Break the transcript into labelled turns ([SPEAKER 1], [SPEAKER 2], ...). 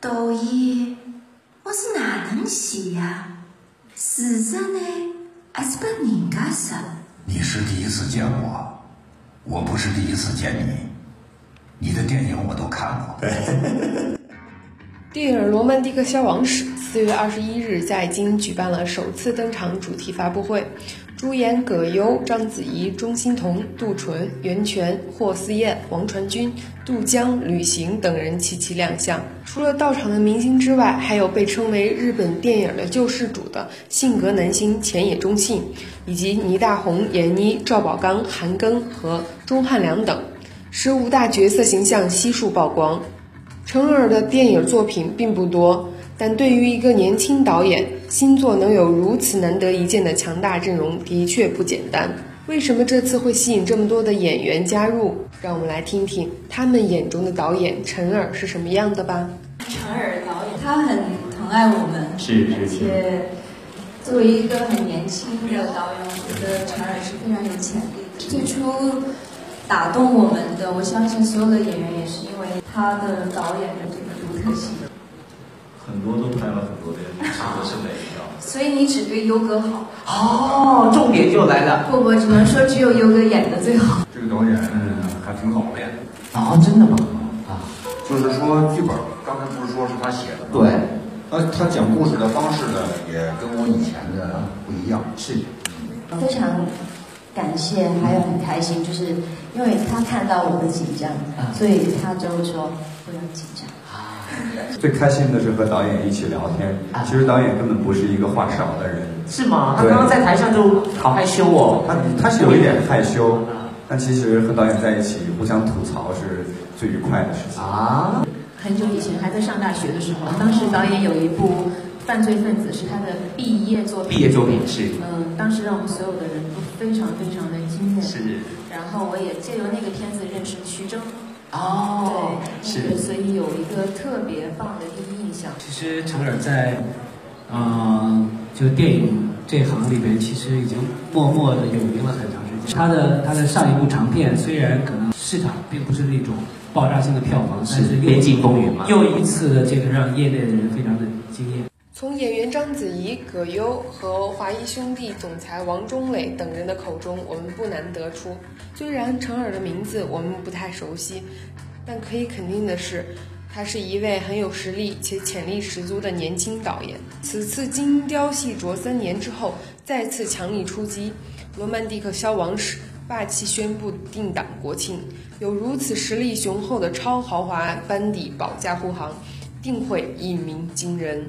[SPEAKER 1] 大姨，我是哪能写呀？事实呢，还是拨人家说。
[SPEAKER 2] 你是第一次见我，我不是第一次见你。你的电影我都看过。
[SPEAKER 3] 电影《罗曼蒂克消亡史》四月二十一日在京举办了首次登场主题发布会，主演葛优、章子怡、钟欣桐、杜淳、袁泉、霍思燕、王传君、杜江、吕行等人齐齐亮相。除了到场的明星之外，还有被称为日本电影的救世主的性格男星前野忠信，以及倪大红、闫妮、赵宝刚、韩庚和钟汉良等，十五大角色形象悉数曝光。程耳的电影作品并不多，但对于一个年轻导演，新作能有如此难得一见的强大阵容，的确不简单。为什么这次会吸引这么多的演员加入？让我们来听听他们眼中的导演陈耳是什么样的吧。
[SPEAKER 4] 陈耳导演他很疼爱我们，
[SPEAKER 5] 是
[SPEAKER 4] 而
[SPEAKER 5] 是是，
[SPEAKER 4] 且作为一个很年轻的导演，我觉得陈耳是非常有潜力的。最初打动我们的，我相信所有的演员也是因为他的导演的这个独特性。
[SPEAKER 5] 很多都拍了很多遍，只不过是没有。
[SPEAKER 4] 所以你只对优哥好，
[SPEAKER 6] 哦，重点就来了。
[SPEAKER 4] 不，我只能说只有优哥演的最好。
[SPEAKER 2] 这个导演还挺好的呀，
[SPEAKER 6] 哦，真的吗？啊，
[SPEAKER 2] 就是说剧本，刚才不是说是他写的吗？
[SPEAKER 6] 对，
[SPEAKER 2] 他呃他讲故事的方式呢，也跟我以前的不一样。
[SPEAKER 6] 是，
[SPEAKER 7] 非常感谢，还有很开心，就是因为他看到我的紧张，所以他就说不要紧张。
[SPEAKER 8] 最开心的是和导演一起聊天
[SPEAKER 6] 啊。
[SPEAKER 8] 其实导演根本不是一个话少的人，
[SPEAKER 6] 是吗？他
[SPEAKER 8] 对
[SPEAKER 6] 刚刚在台上就好害羞哦。
[SPEAKER 8] 他他是有一点害羞，但其实和导演在一起互相吐槽是最愉快的事情。
[SPEAKER 6] 啊，
[SPEAKER 9] 很久以前还在上大学的时候，当时导演有一部《犯罪分子》是他的毕业作
[SPEAKER 6] 毕
[SPEAKER 9] 品，
[SPEAKER 6] 业作品是
[SPEAKER 9] 嗯、当时让我们所有的人都非常非常的惊艳。
[SPEAKER 6] 是
[SPEAKER 9] 然后我也借由那个片子认识徐峥，
[SPEAKER 6] 哦，
[SPEAKER 9] 对，
[SPEAKER 6] 是
[SPEAKER 9] 那个。所以有一个特别棒的第一印象。
[SPEAKER 10] 其实陈耳在，呃，就电影这行里边，其实已经默默的有名了很长时间。他的他的上一部长片虽然可能市场并不是那种爆炸性的票房，但
[SPEAKER 6] 是
[SPEAKER 10] 是
[SPEAKER 6] 《
[SPEAKER 10] 又
[SPEAKER 6] 边境风云》嘛。
[SPEAKER 10] 又一次的这个让业内的人非常的惊艳。
[SPEAKER 3] 从演员章子怡、葛优和华谊兄弟总裁王中磊等人的口中，我们不难得出，虽然程耳的名字我们不太熟悉，但可以肯定的是，他是一位很有实力且潜力十足的年轻导演。此次金雕细琢三年之后，再次强力出击，《罗曼蒂克消亡史》霸气宣布定档国庆。有如此实力雄厚的超豪华班底保驾护航，定会一鸣惊人。